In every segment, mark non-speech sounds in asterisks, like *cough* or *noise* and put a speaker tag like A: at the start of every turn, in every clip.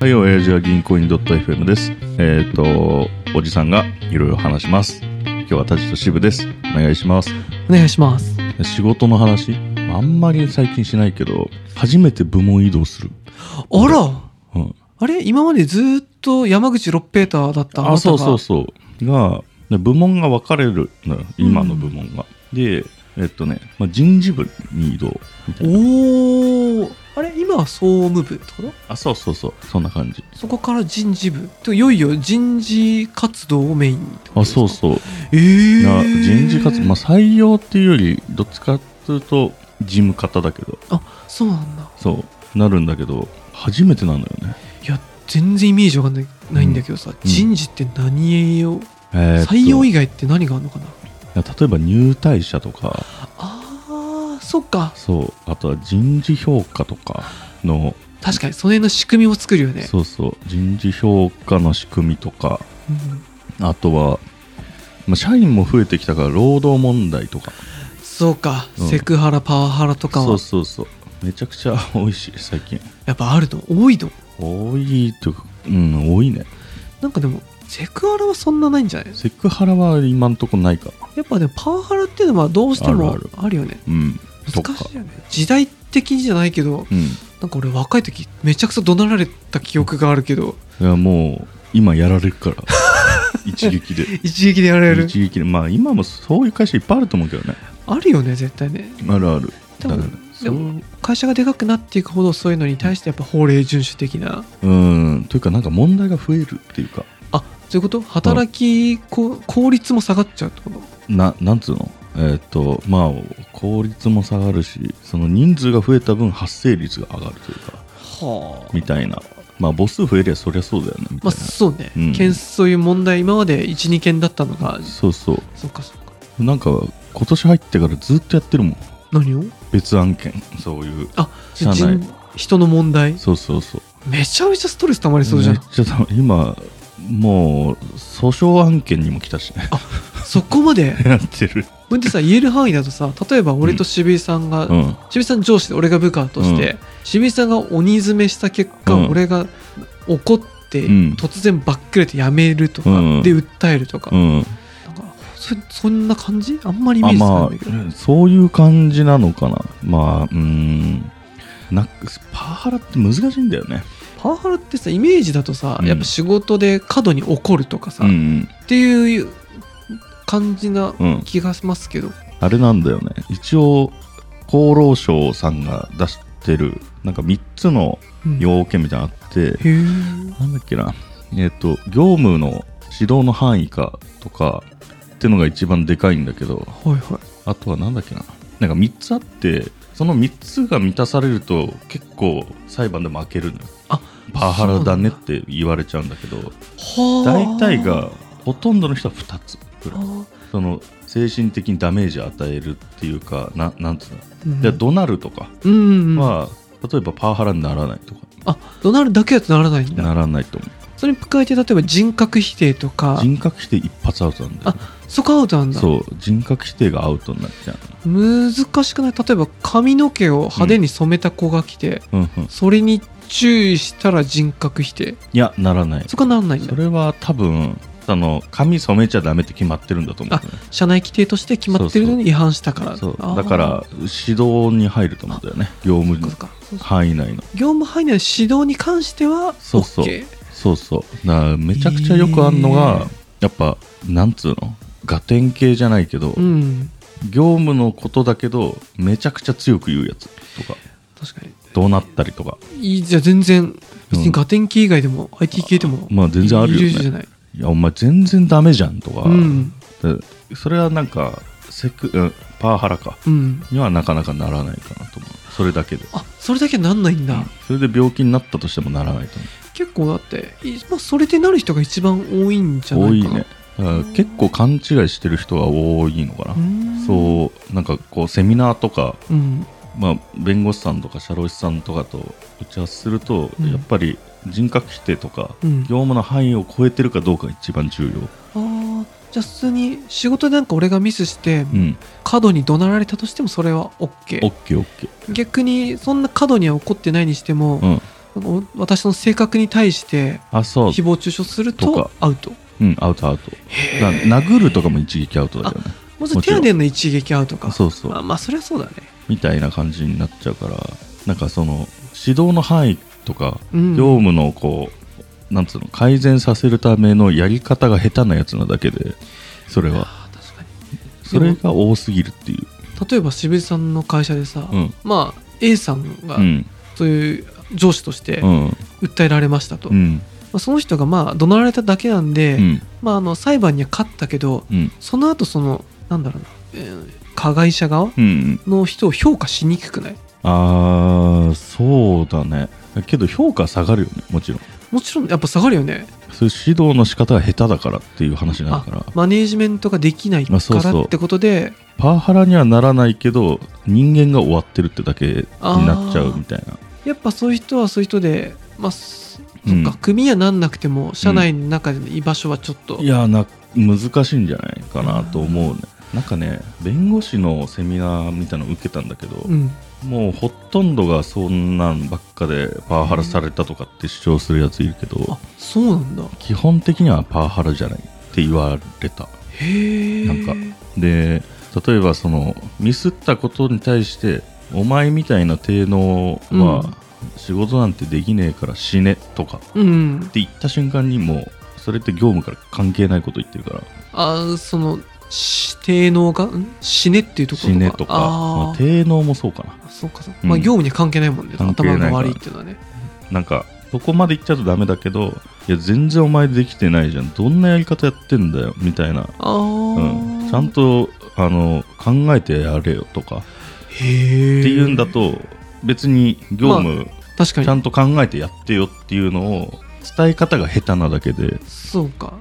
A: はい、親父は銀行員 .fm です。えっ、と、おじさんがいろいろ話します。今日はタジと支部です。お願いします。
B: お願いします
A: 仕事の話あんまり最近しないけど、初めて部門移動する。
B: あら
A: うん、
B: あれ今までずーっと山口六ペーターだったあなた
A: あ、
B: が
A: そうそうそう。が、で部門が分かれるのよ、今の部門が。で、えっとね、まあ、人事部に移動みたいな。
B: おおあれ今は総務部ってこと
A: あ、そうそうそう。そんな感じ。
B: そこから人事部てかいよいよ人事活動をメインってこと
A: あ、
B: ですか
A: そうそう。
B: えー、
A: な人事活動、まあ、採用っていうより、どっちかっていうと、事務方だけど。
B: あそうなんだ
A: そうなるんだけど初めてなのよね
B: いや全然イメージわかんないないんだけどさ、人事って何を、
A: えーっと
B: 採用以外って何があるのか
A: 例
B: な
A: えば入隊者とか
B: あーそっか
A: そうあとは人事評価とかの、
B: 確かにその辺の仕組みを作るよね
A: そうそう人事評価の仕組みとか
B: うん
A: あとは、まあ、社員も増えてきたから労働問題とか
B: そうか、
A: うん
B: セクハラパワハラとか
A: そ
B: は
A: うそうそうめちゃくちゃ多いし最近
B: やっぱあるの多いの
A: 多いというかうん多いね
B: なんかでもセクハラはそんなないんじゃない
A: セクハラは今んとこないか
B: やっぱねパワハラっていうのはどうしても
A: ある
B: あるよね
A: うんとか
B: 難しいよね時代的じゃないけど
A: うんい
B: なんか俺若い時めちゃくちゃ怒鳴られた記憶があるけど *laughs*
A: やもう今やられるから一撃で
B: 一撃でやられる
A: 一撃でまあ今もそういう会社いっぱいあると思うけどね
B: あるよね絶対ね
A: あるある
B: 多
A: だ
B: 分
A: から
B: で
A: そう
B: も会社がでかくなっていくほどそういうのに対してやっぱ法令遵守的な
A: うんというかなんか問題が増えるっていうか
B: あそういうこと働きこ効率も下がっちゃうってこと
A: ななんつうのえーっ、とまあ効率も下がるしその人数が増えた分発生率が上がるというか
B: はあ
A: みたいなまあ母数増えりゃそりゃそうだよねみた
B: ま
A: い
B: あ
A: な、
B: そうね、
A: うん
B: 件数そういう問題今まで12件だったのが
A: そうそう
B: そっかそっか
A: なんか今年入ってからずっとやってるもん
B: 何を
A: 別案件そういう
B: あ
A: 社内
B: 人人の問題
A: そうそうそう
B: めちゃめちゃストレス溜まりそうじゃん、
A: めっちゃ多分今もう訴訟案件にも来た
B: *laughs*
A: しね
B: *laughs* そこまで
A: やってる
B: ほんでさ言える範囲だとさ例えば俺と渋井さんが、
A: うん
B: 渋井さん上司で俺が部下として、渋井さんが鬼詰めした結果、
A: うん
B: 俺が怒って、
A: うん
B: 突然ばっくれてやめるとか、
A: うん
B: で訴えるとか,、
A: うん
B: なんかそそんな感じあんまりイメー
A: あ
B: ジつかない
A: ま
B: んだけど、
A: あそういう感じなのかなまあうーんなパワハラって難しいんだよね
B: パワハラってさイメージだとさ、
A: うん
B: やっぱ仕事で過度に怒るとかさ、
A: う
B: っ
A: ん
B: ていう感じな
A: うん、うん、
B: 気がしますけど、
A: あれなんだよね一応厚労省さんが出してるなんか3つの
B: うんへ
A: 要件みたいなのあって、
B: え
A: なんだっけなえっ、と業務の指導の範囲かとかってのが一番でかいんだけど
B: はいはい
A: あとはなんだっけななんか3つあってその3つが満たされると結構裁判で負けるのよ
B: あ
A: パワハラだねって言われちゃうんだけど
B: は
A: 大
B: あ
A: 体がほとんどの人は2つぐらい
B: あ
A: その精神的にダメージを与えるっていうかななんつうの
B: うん
A: で怒鳴るとか
B: うんうんうん、
A: は、例えばパワハラにならないとか
B: あドナルドだけだとならないんだ
A: ならないと思
B: それに加えて例えば人格否定と
A: う
B: か
A: 人格否定一発アウトなんだよね
B: そこアウトなんだ
A: そう人格否定がアウトになっちゃう
B: 難しくない例えば髪の毛を派手に染めた子が来て、
A: うんうん
B: それに注意したら人格否定
A: いやならない
B: そこはならないんだ
A: それは多分あの髪染めちゃダメって決まってるんだと思うんだよね
B: 社内規定として決まってるのに違反したから
A: そう
B: あー
A: だから指導に入ると思うんだよね業務
B: そっかそっか
A: 範囲内の
B: 業務範囲内の指導に関しては OK
A: そうそうそうそうだからめちゃくちゃよくあるのが、やっぱなんつうのガテン系じゃないけど、
B: うん
A: 業務のことだけどめちゃくちゃ強く言うやつとか
B: 確かに
A: どうなったりとか
B: いいじゃあ全然別にガテン系以外でも、IT 系でも
A: まあ全然あるよね
B: いじゃな
A: 「
B: い、
A: いやお前全然ダメじゃん」とか、
B: うん
A: でそれはなんかセク、うん、パワハラか
B: うん
A: にはなかなかならないかなと思うそれだけで、
B: あそれだけなんないんだ、
A: それで病気になったとしてもならないと思う
B: 結構だって、いまあ、それでなる人が一番多いんじゃな
A: 多
B: い
A: い
B: かな
A: ねだから結構勘違いしてる人が多いのかな、
B: ね
A: そうなんかこうセミナーとか、
B: ううん
A: まあ、弁護士さんとか社労士さんとかと打ち合わせすると、
B: うん
A: やっぱり人格否定とか、
B: うん
A: 業務の範囲を超えてるかどうかが一番重要、
B: あーじゃあ普通に仕事でなんか俺がミスして、
A: うん、
B: 過度に怒鳴られたとしてもそれは OK
A: オッケーオッケー
B: 逆にそんな過度には怒ってないにして
A: う
B: も、
A: ん
B: なんかお私の性格に対して
A: あそう
B: 誹謗中傷する
A: とか
B: とアウト
A: うんアウトアウト
B: へ
A: だ
B: ー
A: 殴るとかも一撃アウトだけどね
B: まず手当ての一撃アウトか
A: そうそう
B: あまあそりゃそうだね
A: みたいな感じになっちゃうからなんかその指導の範囲とか
B: うん
A: 業務のこうなんつうの改善させるためのやり方が下手なやつなだけでそれは
B: あー確か
A: それが多すぎるっていう
B: に例えば渋井さんの会社でさ、
A: うん
B: まあ A さんが
A: うん
B: そういう上司として
A: うん
B: 訴えられましたと、
A: う
B: ま
A: ん
B: あ、その人がまあ怒鳴られただけなんで、
A: うん
B: まあ、あの裁判には勝ったけど
A: うん
B: その後そのなんだろうな、えー加害者側
A: うん
B: の人を評価しにくくない
A: ああそうだねけど評価下がるよねもちろん
B: もちろんやっぱ下がるよね
A: そういう指導の仕方が下手だからっていう話になるから
B: マネージメントができないか
A: あそう
B: ら
A: そう
B: ってことで
A: パワハラにはならないけど人間が終わってるってだけになっちゃうみたいな
B: やっぱそういう人はそういう人でまあそ
A: うん
B: そっか、組にはなんなくても社内の中での居場所はちょっと、
A: いやな難しいんじゃないかなと思うねなんかね弁護士のセミナーみたいなの受けたんだけど、
B: うん
A: もうほとんどがそんなんばっかでパワハラされたとかって主張するやついるけど、
B: あそうなんだ
A: 基本的にはパワハラじゃないって言われた
B: へえ
A: なんかで例えばそのミスったことに対してお前みたいな低能は仕事なんてできねえから死ねとかっ
B: うん
A: て言った瞬間にもうそれって業務から関係ないこと言ってるから
B: あその指定能がん死ねっていうところ
A: 死ねとか、ま
B: あ
A: あ、
B: ー、
A: 低能もそうかな
B: そうかそうか、
A: うん
B: まあ業務には関係ないもんね
A: 関係な
B: 頭
A: いから
B: が悪いっていうのはね
A: なんかそこまで行っちゃうとダメだけどいや全然お前できてないじゃんどんなやり方やってんだよみたいな、
B: ああ、
A: うん、ちゃんとあの考えてやれよとかっ
B: へえ
A: ていうんだと別に業務
B: 確かに
A: ちゃんと考えてやってよっていうのを伝え方が下手なだけで
B: そうか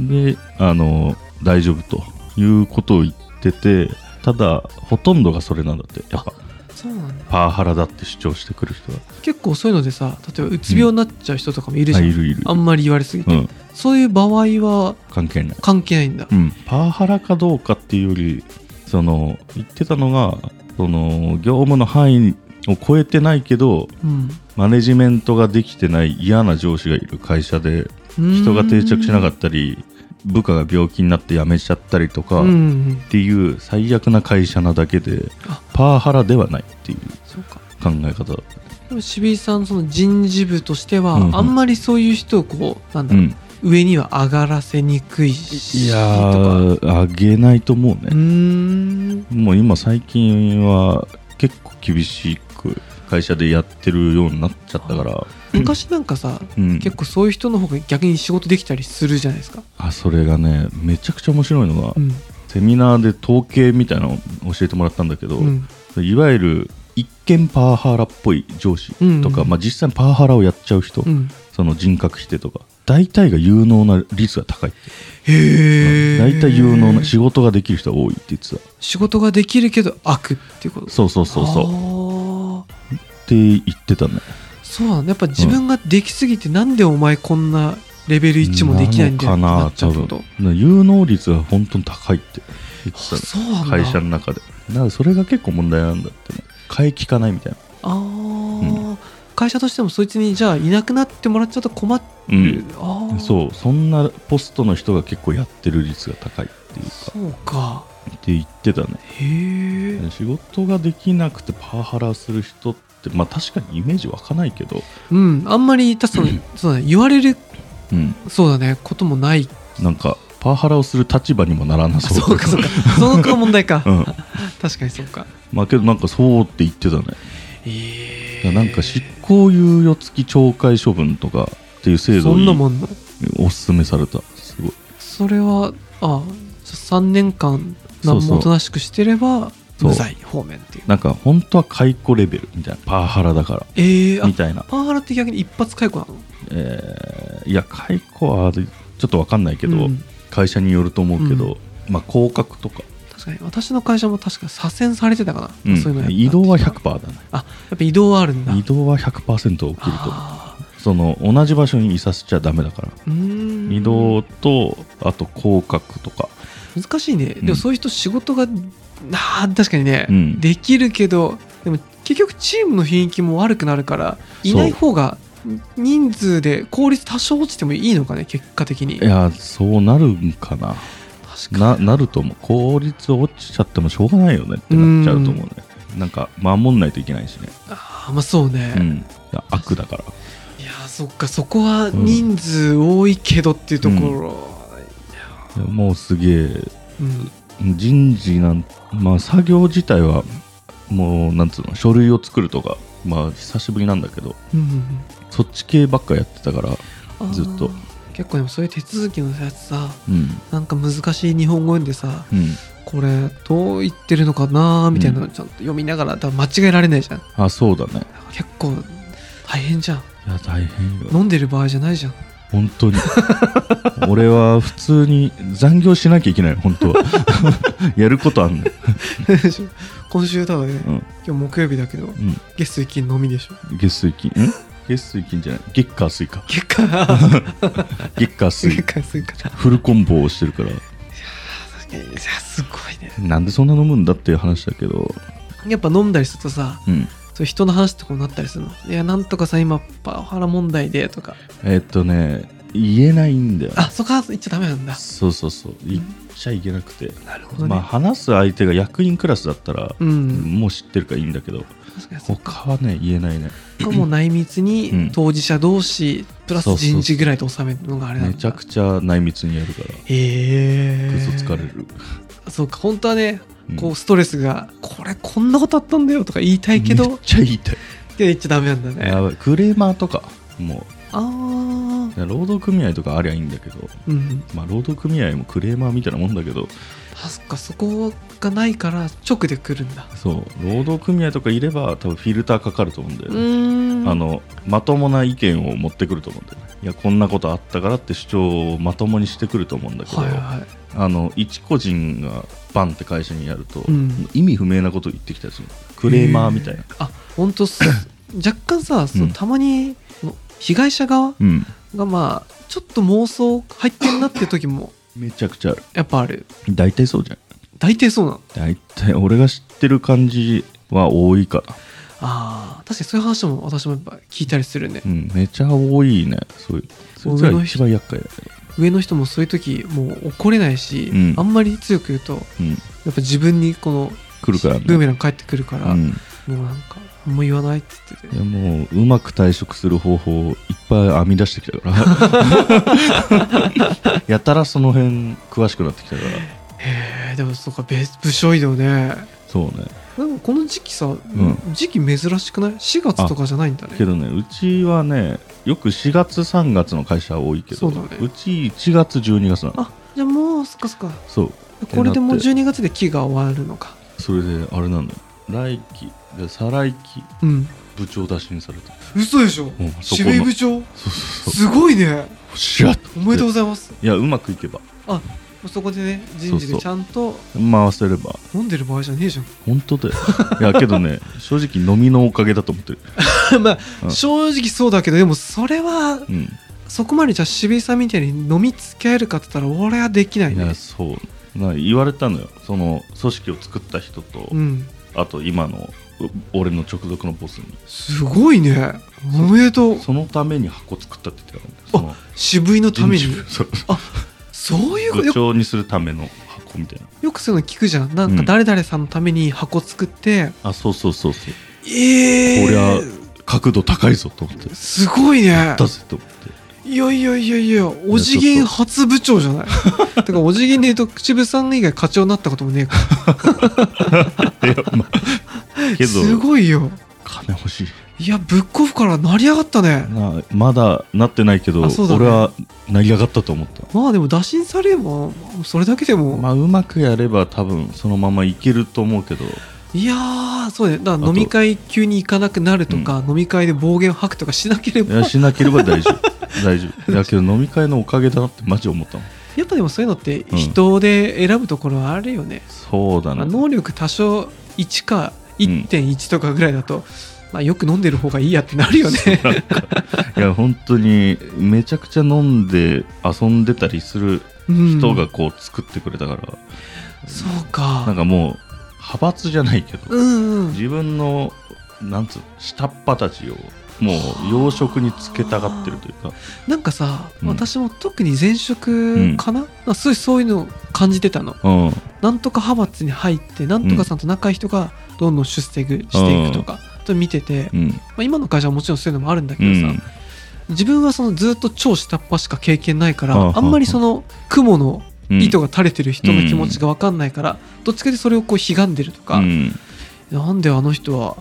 A: であの大丈夫ということを言っててただほとんどがそれなんだってやっぱ
B: そうなんだ
A: パワハラだって主張してくる人が
B: 結構そういうのでさ例えばうつ病になっちゃう人とかもいるじゃ
A: あ
B: ん、
A: いるいる
B: あ、んまり言われすぎ
A: う
B: て、
A: ん、
B: そういう場合は
A: 関係ない
B: 関係ないんだ
A: うん、パワハラかどうかっていうよりその言ってたのがその業務の範囲を超えてないけど
B: うん
A: マネジメントができてない嫌な上司がいる会社で人が定着しなか
B: っ
A: ったり部下が病気になって辞めちゃったりとか
B: う
A: っ
B: ん
A: ていう最悪な会社なだけで
B: あ
A: パワハラではないっていう
B: そうか
A: 考え方だっ
B: でも渋井さんその人事部としては、
A: うんうん
B: あんまりそういう人をこうなんだ
A: た、う
B: ろう、
A: ん、
B: 上には上がらせにくいし
A: いや
B: とかう
A: ーあげないと思う
B: ー
A: ね、
B: ん
A: もう今最近は結構厳しく会社でやってるようになっちゃったから
B: 昔なんかさ、
A: うん、
B: 結構そういう人の方が逆に仕事できたりするじゃないですか、
A: あそれがねめちゃくちゃ面白いのが、
B: うん
A: セミナーで統計みたいなのを教えてもらったんだけど、
B: うん
A: いわゆる一見パワハラっぽい上司とか、
B: うん
A: まあ、実際にパワハラをやっちゃう人、
B: うん、
A: その人格否定とか大体が有能な率が高いって、
B: へえ
A: 大体有能な仕事ができる人が多いって言ってた
B: 仕事ができるけど悪っていうこと
A: そうそうそうそう
B: う
A: って言ってたね
B: そうなんだやっぱ自分ができすぎて、なんでお前こんなレベル1もできないんだよって
A: のか
B: な
A: な
B: っちゃう
A: 多
B: ってこ
A: 分
B: と
A: 有能率が本当に高いって言ってた
B: あ
A: ね
B: そうなんだ
A: 会社の中でだからそれが結構問題なんだってね買い聞かないみたいな
B: あー、会社としてもそいつにじゃあいなくなってもらっちゃうと困る、
A: うん
B: ああう
A: そうそんなポストの人が結構やってる率が高いっていうか
B: そうか
A: って言ってたね
B: へえ
A: 仕事ができなくてパワハラする人ってまあ確かにイメージ湧かないけど、
B: うんあんまり確かにそうだ、ね、言われる
A: うん、
B: そうだねこともない
A: なんかパワハラをする立場にもならな
B: あ
A: そう
B: そうかそうかその子が問題か、
A: うん
B: 確かにそうか
A: まあけどなんかそうって言ってたね
B: え
A: だからなんか執行猶予付き懲戒処分とかっていう制度
B: そんな
A: に
B: もんの
A: おすすめされたすごい
B: それはあ3年間
A: そう
B: 何
A: そう
B: もおとなしくしてれば
A: そう
B: 無罪方面っていう
A: なんか本当は解雇レベルみたいなパワハラだから
B: ええ
A: み
B: あ
A: たいな
B: パワハラって逆に一発解雇なの
A: えーいや解雇はちょっと分かんないけど、
B: うん
A: 会社によると思うけど、まあ降格とか、
B: 確かに私の会社も確か左遷されてたか
A: う
B: な、
A: ん
B: そういうのやった
A: 移動は100%だね
B: あやっぱ移動はあるんだ
A: 移動は100%起きると思
B: あ
A: うその同じ場所にいさせちゃダメだから、
B: ーうーん
A: 移動とあと降格とか
B: 難しいね、
A: うん
B: でもそういう人仕事がなあ確かにね、
A: うん
B: できるけどでも結局チームの雰囲気も悪くなるからいない方が人数で効率多少落ちてもいいのかね結果的に
A: いやそうなるんかな
B: 確か
A: ななると思う効率落ちちゃってもしょうがないよねってなっちゃうと思うねなんか守んないといけないしね、
B: にあーまあそうね、
A: うん、いや悪だから
B: いやそっかそこは人数多いけどっていうとこ
A: いやもうすげえ
B: ろ、うん
A: 人事なんまあ作業自体はもうなんつうの書類を作るとかまあ久しぶりなんだけど
B: うんうん
A: そっち系ばっかやってたから
B: うん
A: ずっと
B: あー結構でもそういう手続きのやつさ
A: うん
B: なんか難しい日本語でさ
A: うん
B: これどう言ってるのかなーみたいなのちゃんと読みながら多分間違えられないじゃん
A: あそうだね
B: 結構大変じゃん
A: いや大変よ
B: 飲んでる場合じゃないじゃん
A: 本 *laughs* 当に俺は普通に残業しなきゃいけない本当は *laughs* やることあんの、
B: *laughs* 今週多分ね
A: うん
B: 今日木曜日だけど
A: う
B: 月水金のみでしょ
A: ん、月水金ん月水金じゃない月火水か *laughs*
B: 結果
A: 月火
B: 月
A: 水
B: 火水から
A: フルコンボをしてるから
B: 確かにいやすごいね
A: なんでそんな飲むんだっていう話だけど
B: やっぱ飲んだりするとさ
A: うん
B: そう人の話とかになったりするのいやなんとかさ今パワハラ問題でとか
A: えっとね言えないんだよ
B: あそこは言っちゃダメなんだ
A: そうそうそう言っちゃいけなくて、
B: なるほどね、
A: まあ話す相手が役員クラスだったら、
B: うん
A: もう知ってるからいいんだけど
B: 確かにそこ
A: 他はね言えないね
B: はもう内密
A: う
B: に
A: ん
B: 当事者同士プラス
A: そうそう
B: 人事ぐらいで収めるのがあれなんだ
A: めちゃくちゃ内密にやるから
B: へえ
A: クソ疲れる、
B: そうか本当はね
A: うん
B: こうストレスが、これこんなことあったんだよとか言いたいけど
A: めっちゃ言いたい
B: って言っちゃダメなんだね
A: やばいクレーマーとかも
B: あー
A: う労働組合とかありゃいいんだけど
B: うん
A: まあ労働組合もクレーマーみたいなもんだけど
B: 確かそこがないから直で来るんだ
A: そう労働組合とかいれば多分フィルターかかると思うんだ
B: う
A: よね、
B: ーん
A: あのまともな意見を持ってくると思うんだよねいやこんなことあったからって主張をまともにしてくると思うんだけど、
B: はいはい
A: あの一個人がバンって会社にやると、
B: うん
A: 意味不明なことを言ってきたりするのクレーマーみたいな、
B: あ本当
A: *coughs*
B: 若干さそううんたまにその被害者側
A: うん、
B: がまあちょっと妄想入ってんなって時も
A: めちゃくちゃある
B: やっぱある
A: 大体そうじゃん
B: 大抵そうなの
A: 大体俺が知ってる感じは多いかな、
B: あー確かにそういう話も私もやっぱ聞いたりするね
A: うん、めちゃ多いねそういうそいつが一番厄介だよね
B: 上の人もそういう時もう怒れないし、
A: うん
B: あんまり強く言うと
A: うん
B: やっぱ自分にこの
A: 来るからね
B: ブーメラン返ってくるから、
A: うん
B: もうなんか何も言わないって言って
A: い
B: て
A: やもううまく退職する方法をいっぱい編み出してきたから *laughs* やたらその辺詳しくなってきたから
B: へえでもそうかべ部署移動ね
A: そうね
B: なんかこの時期さ、
A: ん
B: 時期珍しくない4月とかじゃないんだね
A: けどねうちはねよく4月3月の会社は多いけど
B: そうだね
A: ち1月12月なの
B: あじゃあもうそっかそっか
A: そう
B: これでもう
A: ってなっ
B: 12月で期が終わるのか
A: てそれであれなのよ来期で再来期
B: うん
A: 部長打診された
B: 嘘でしょ
A: うんそこの
B: 渋い部長
A: そうそうそう
B: すごいね
A: しらっ
B: おめでとうございます
A: いやうまくいけば
B: そこでね人事でちゃんと
A: 回せれば
B: 飲んでる場合じゃねえじ
A: 本当だよいやけど
B: *laughs*
A: ね正直飲みのおかげだと思ってる
B: ゃん *laughs* まあ、
A: うん
B: 正直そうだけどでもそれは
A: うん
B: そこまでじゃあ渋井さんみたいに飲み付き合えるかって言ったら俺はできない
A: い
B: ね
A: やそうな言われたのよその組織を作った人と、
B: うん
A: あと今のう俺の直属のボスに
B: すごいねおめでとう
A: そのために箱作ったって言ってたからね
B: 渋井の
A: そ
B: た
A: の
B: めに
A: 人事部そう
B: そういうこと
A: 部
B: よ
A: 長にするための箱みたいな
B: よくそういうの聞くじゃんなん
A: う
B: か
A: ん
B: 誰々さんのために箱作って、
A: あそうそうそうそう
B: ええー、
A: こりゃ角度高いぞと思って
B: すごいね
A: だぜと思って
B: いやいやいやいやお次元初部長じゃない *laughs* だからお次元で言うと口部さん以外課長になったこともねえか
A: いやまあ *laughs* け
B: らす
A: ど
B: ごいよ
A: 金欲しい
B: いやブックオフから成り上がったね
A: なまだなってないけど、
B: あそうだね
A: 俺は成り上がったと思った
B: まあでも打診されればそれだけでも、
A: まあうまくやれば多分そのままいけると思うけど
B: いやーそうねだから飲み会急に行かなくなるとか飲み会で暴言を吐くとかしなけれ
A: い
B: ば
A: やしなければ大丈
B: *laughs*
A: 夫大丈夫だけど飲み会のおかげだなってマジ思ったもん
B: やっぱでもそういうのって
A: ん
B: 人で選ぶところはあるよね、
A: そうだ
B: まあ
A: な
B: 能力多少1か1.1とかぐらいだと、まあ、よく飲んでる方がいいやってなるよね
A: いや本当にめちゃくちゃ飲んで遊んでたりする人
B: *laughs* う
A: が
B: ん
A: こう作ってくれたから、
B: そう
A: なん
B: か
A: かもう派閥じゃないけど
B: うんうん
A: 自分のなんつうの下っ端たちをもう養殖につけたがってるというか
B: なんかさ、
A: うん
B: 私も特に前職かな、なんかすごいそういうのを感じてたの
A: うん
B: なんとか派閥に入ってなんとかさんと仲いい人がどんどん出世していくとか、と見てて、
A: うん
B: まあ、今の会社はもちろんそういうのもあるんだけ
A: う
B: どさ、
A: ん
B: 自分はそのずっと超下っ端しか経験ないから、
A: ああ
B: あんまりその雲の
A: うん
B: 糸が垂れてる人の気持ちが分かんないから、どっちかでそれをこう悲んでるとか、
A: うん
B: なんであの人は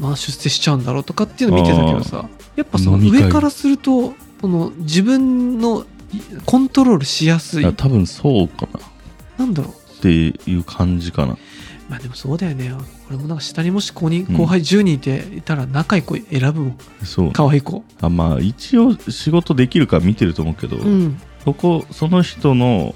B: な出世しちゃうんだろうとかっていうのを見てたけどさやっぱその
A: 飲み会
B: 上からするとこの自分のいコントロールしやすい
A: あ多分そうかなっ
B: なんだろう
A: ていう感じかな
B: まあでもそうだよね俺もなんか下にもしここに
A: うん
B: 後輩10人いていたら仲いい子選ぶもん
A: そう
B: 可愛い子
A: あまあ一応仕事できるか見てると思うけど、
B: うん
A: そこその人の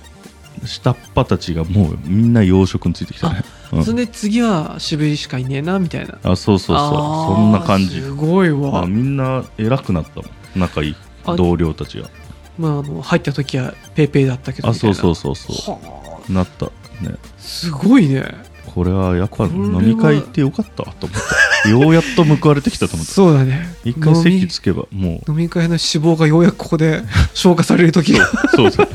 A: 下っ端たちがもうみんな養殖についてきたねうん
B: それで次は渋いしかいねえなみたいな
A: あそうそう
B: あ
A: そう
B: ー
A: そんな感じ
B: すごい
A: あ
B: わ
A: みんな偉くなったもん仲いい
B: あ
A: 同僚たちが
B: まああの入った時はペイペイだったけど
A: あそうそう
B: う
A: そうそう
B: は
A: なったね
B: あすごいね
A: これはやっぱ
B: これは
A: 飲み会行ってよかったわと思ったようやっと報われてきたと思った
B: そうだね
A: 一回
B: 飲み
A: 席つけばもう
B: 飲み会の脂肪がようやくここで *laughs* 消化され
A: *laughs*
B: る時
A: そうそう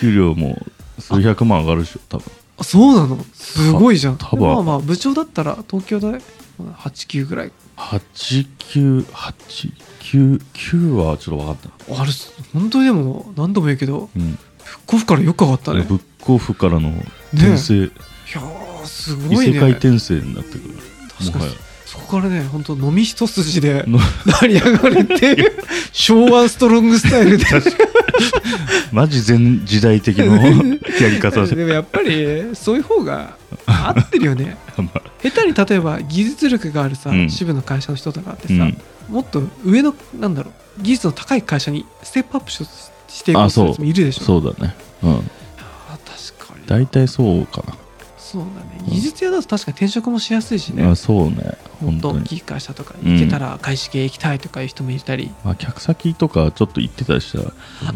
A: 給料も数百万上がるでしょ多分
B: あそうなのすごいじゃん
A: た多分
B: まあまあ部長だったら東京大まあ89ぐらい
A: 89899はちょっと分かったな
B: あれ本当にでも何度も言うけど
A: うん
B: ブックオフからよく上がったねい
A: ブックオフからの転生、
B: やーすご
A: 異
B: いね
A: 世界転生になってくる
B: 確か
A: もは
B: に
A: や
B: そこからね本当飲み一筋で
A: の
B: 成り上が
A: *laughs*
B: れて昭和ストロングスタイルで
A: マジ全時代的のやり
B: *laughs*
A: 方で
B: でもやっぱりそういう方が合ってるよね下手に例えば技術力があるさ、
A: うん
B: 支部の会社の人とかってさ、
A: うん
B: もっと上のなんだろう技術の高い会社にステップアップししていく
A: あそう
B: やつもいるでしょ
A: そうだねうん
B: あー確かに
A: 大体そうか
B: そうだね
A: うん
B: 技術屋だと確かに転職もしやすいし
A: な、
B: ね
A: あそうね
B: もっ
A: 本
B: と
A: 当
B: 大
A: に、
B: きい会社とか行けたら外資系行きたいとかいう人もいたり、
A: まあ、客先とかちょっと行ってたりしたら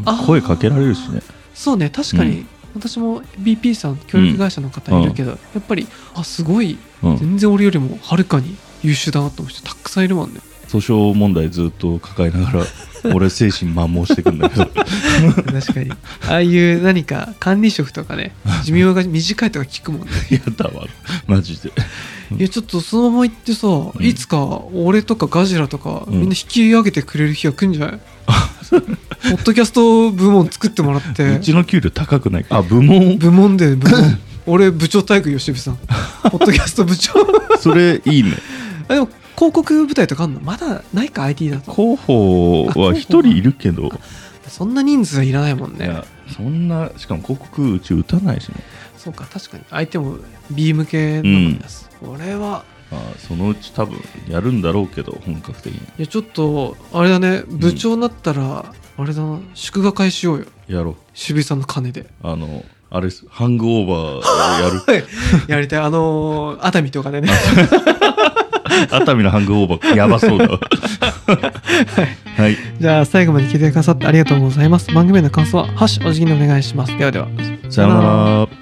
B: あー
A: 声かけられるしね
B: そうね確かに、
A: う
B: 私も BP さん教育会社の方いるけど、やっぱりあすごい
A: うん
B: 全然俺よりもはるかに優秀だなと思う人たくさんいるもんね
A: 訴訟問題ずっと抱えなが
B: *laughs*
A: ら俺精神満々してくんだけど
B: 確かにああいう何か管理職と
A: *laughs*
B: かね寿命が短いとか聞くもんね
A: やだわマジで
B: いやちょっとそのまま行ってさ、
A: ん
B: いつか俺とかガジラとか、
A: うん
B: みんな引き上げてくれる日が来るんじゃ
A: *laughs*
B: ないポッドキャスト部門作ってもらっ
A: う
B: て
A: ちの給料高くないあ部門
B: 部門
A: *laughs*
B: で部門俺部長体育吉部さんポッドキャスト部長
A: それいいね
B: あでも広告舞台とかあんのまだないか IT だと
A: 候補は一人いるけ
B: *laughs*
A: ど
B: そんな人数はいらないもん
A: い
B: ね
A: やそんなしかも広告うち打たないしね
B: そうか確かに相手も B 向けなんだ、俺は
A: まあそのうち多分やるんだろうけど本格的に
B: いやちょっとあれだね部長になったら、あれだな祝賀会しようよ
A: やろう
B: 渋井さんの金で
A: あのあれっすハングオーバ
B: *laughs*
A: ーをやる
B: やりたいあのー熱海とかでね
A: 熱海のハングオーバーやばそうだわはい
B: *laughs* じゃあ最後まで聞いてくださってありがとうございます番組への感想は「ハッシュお辞儀」でお願いしますではでは
A: さようなら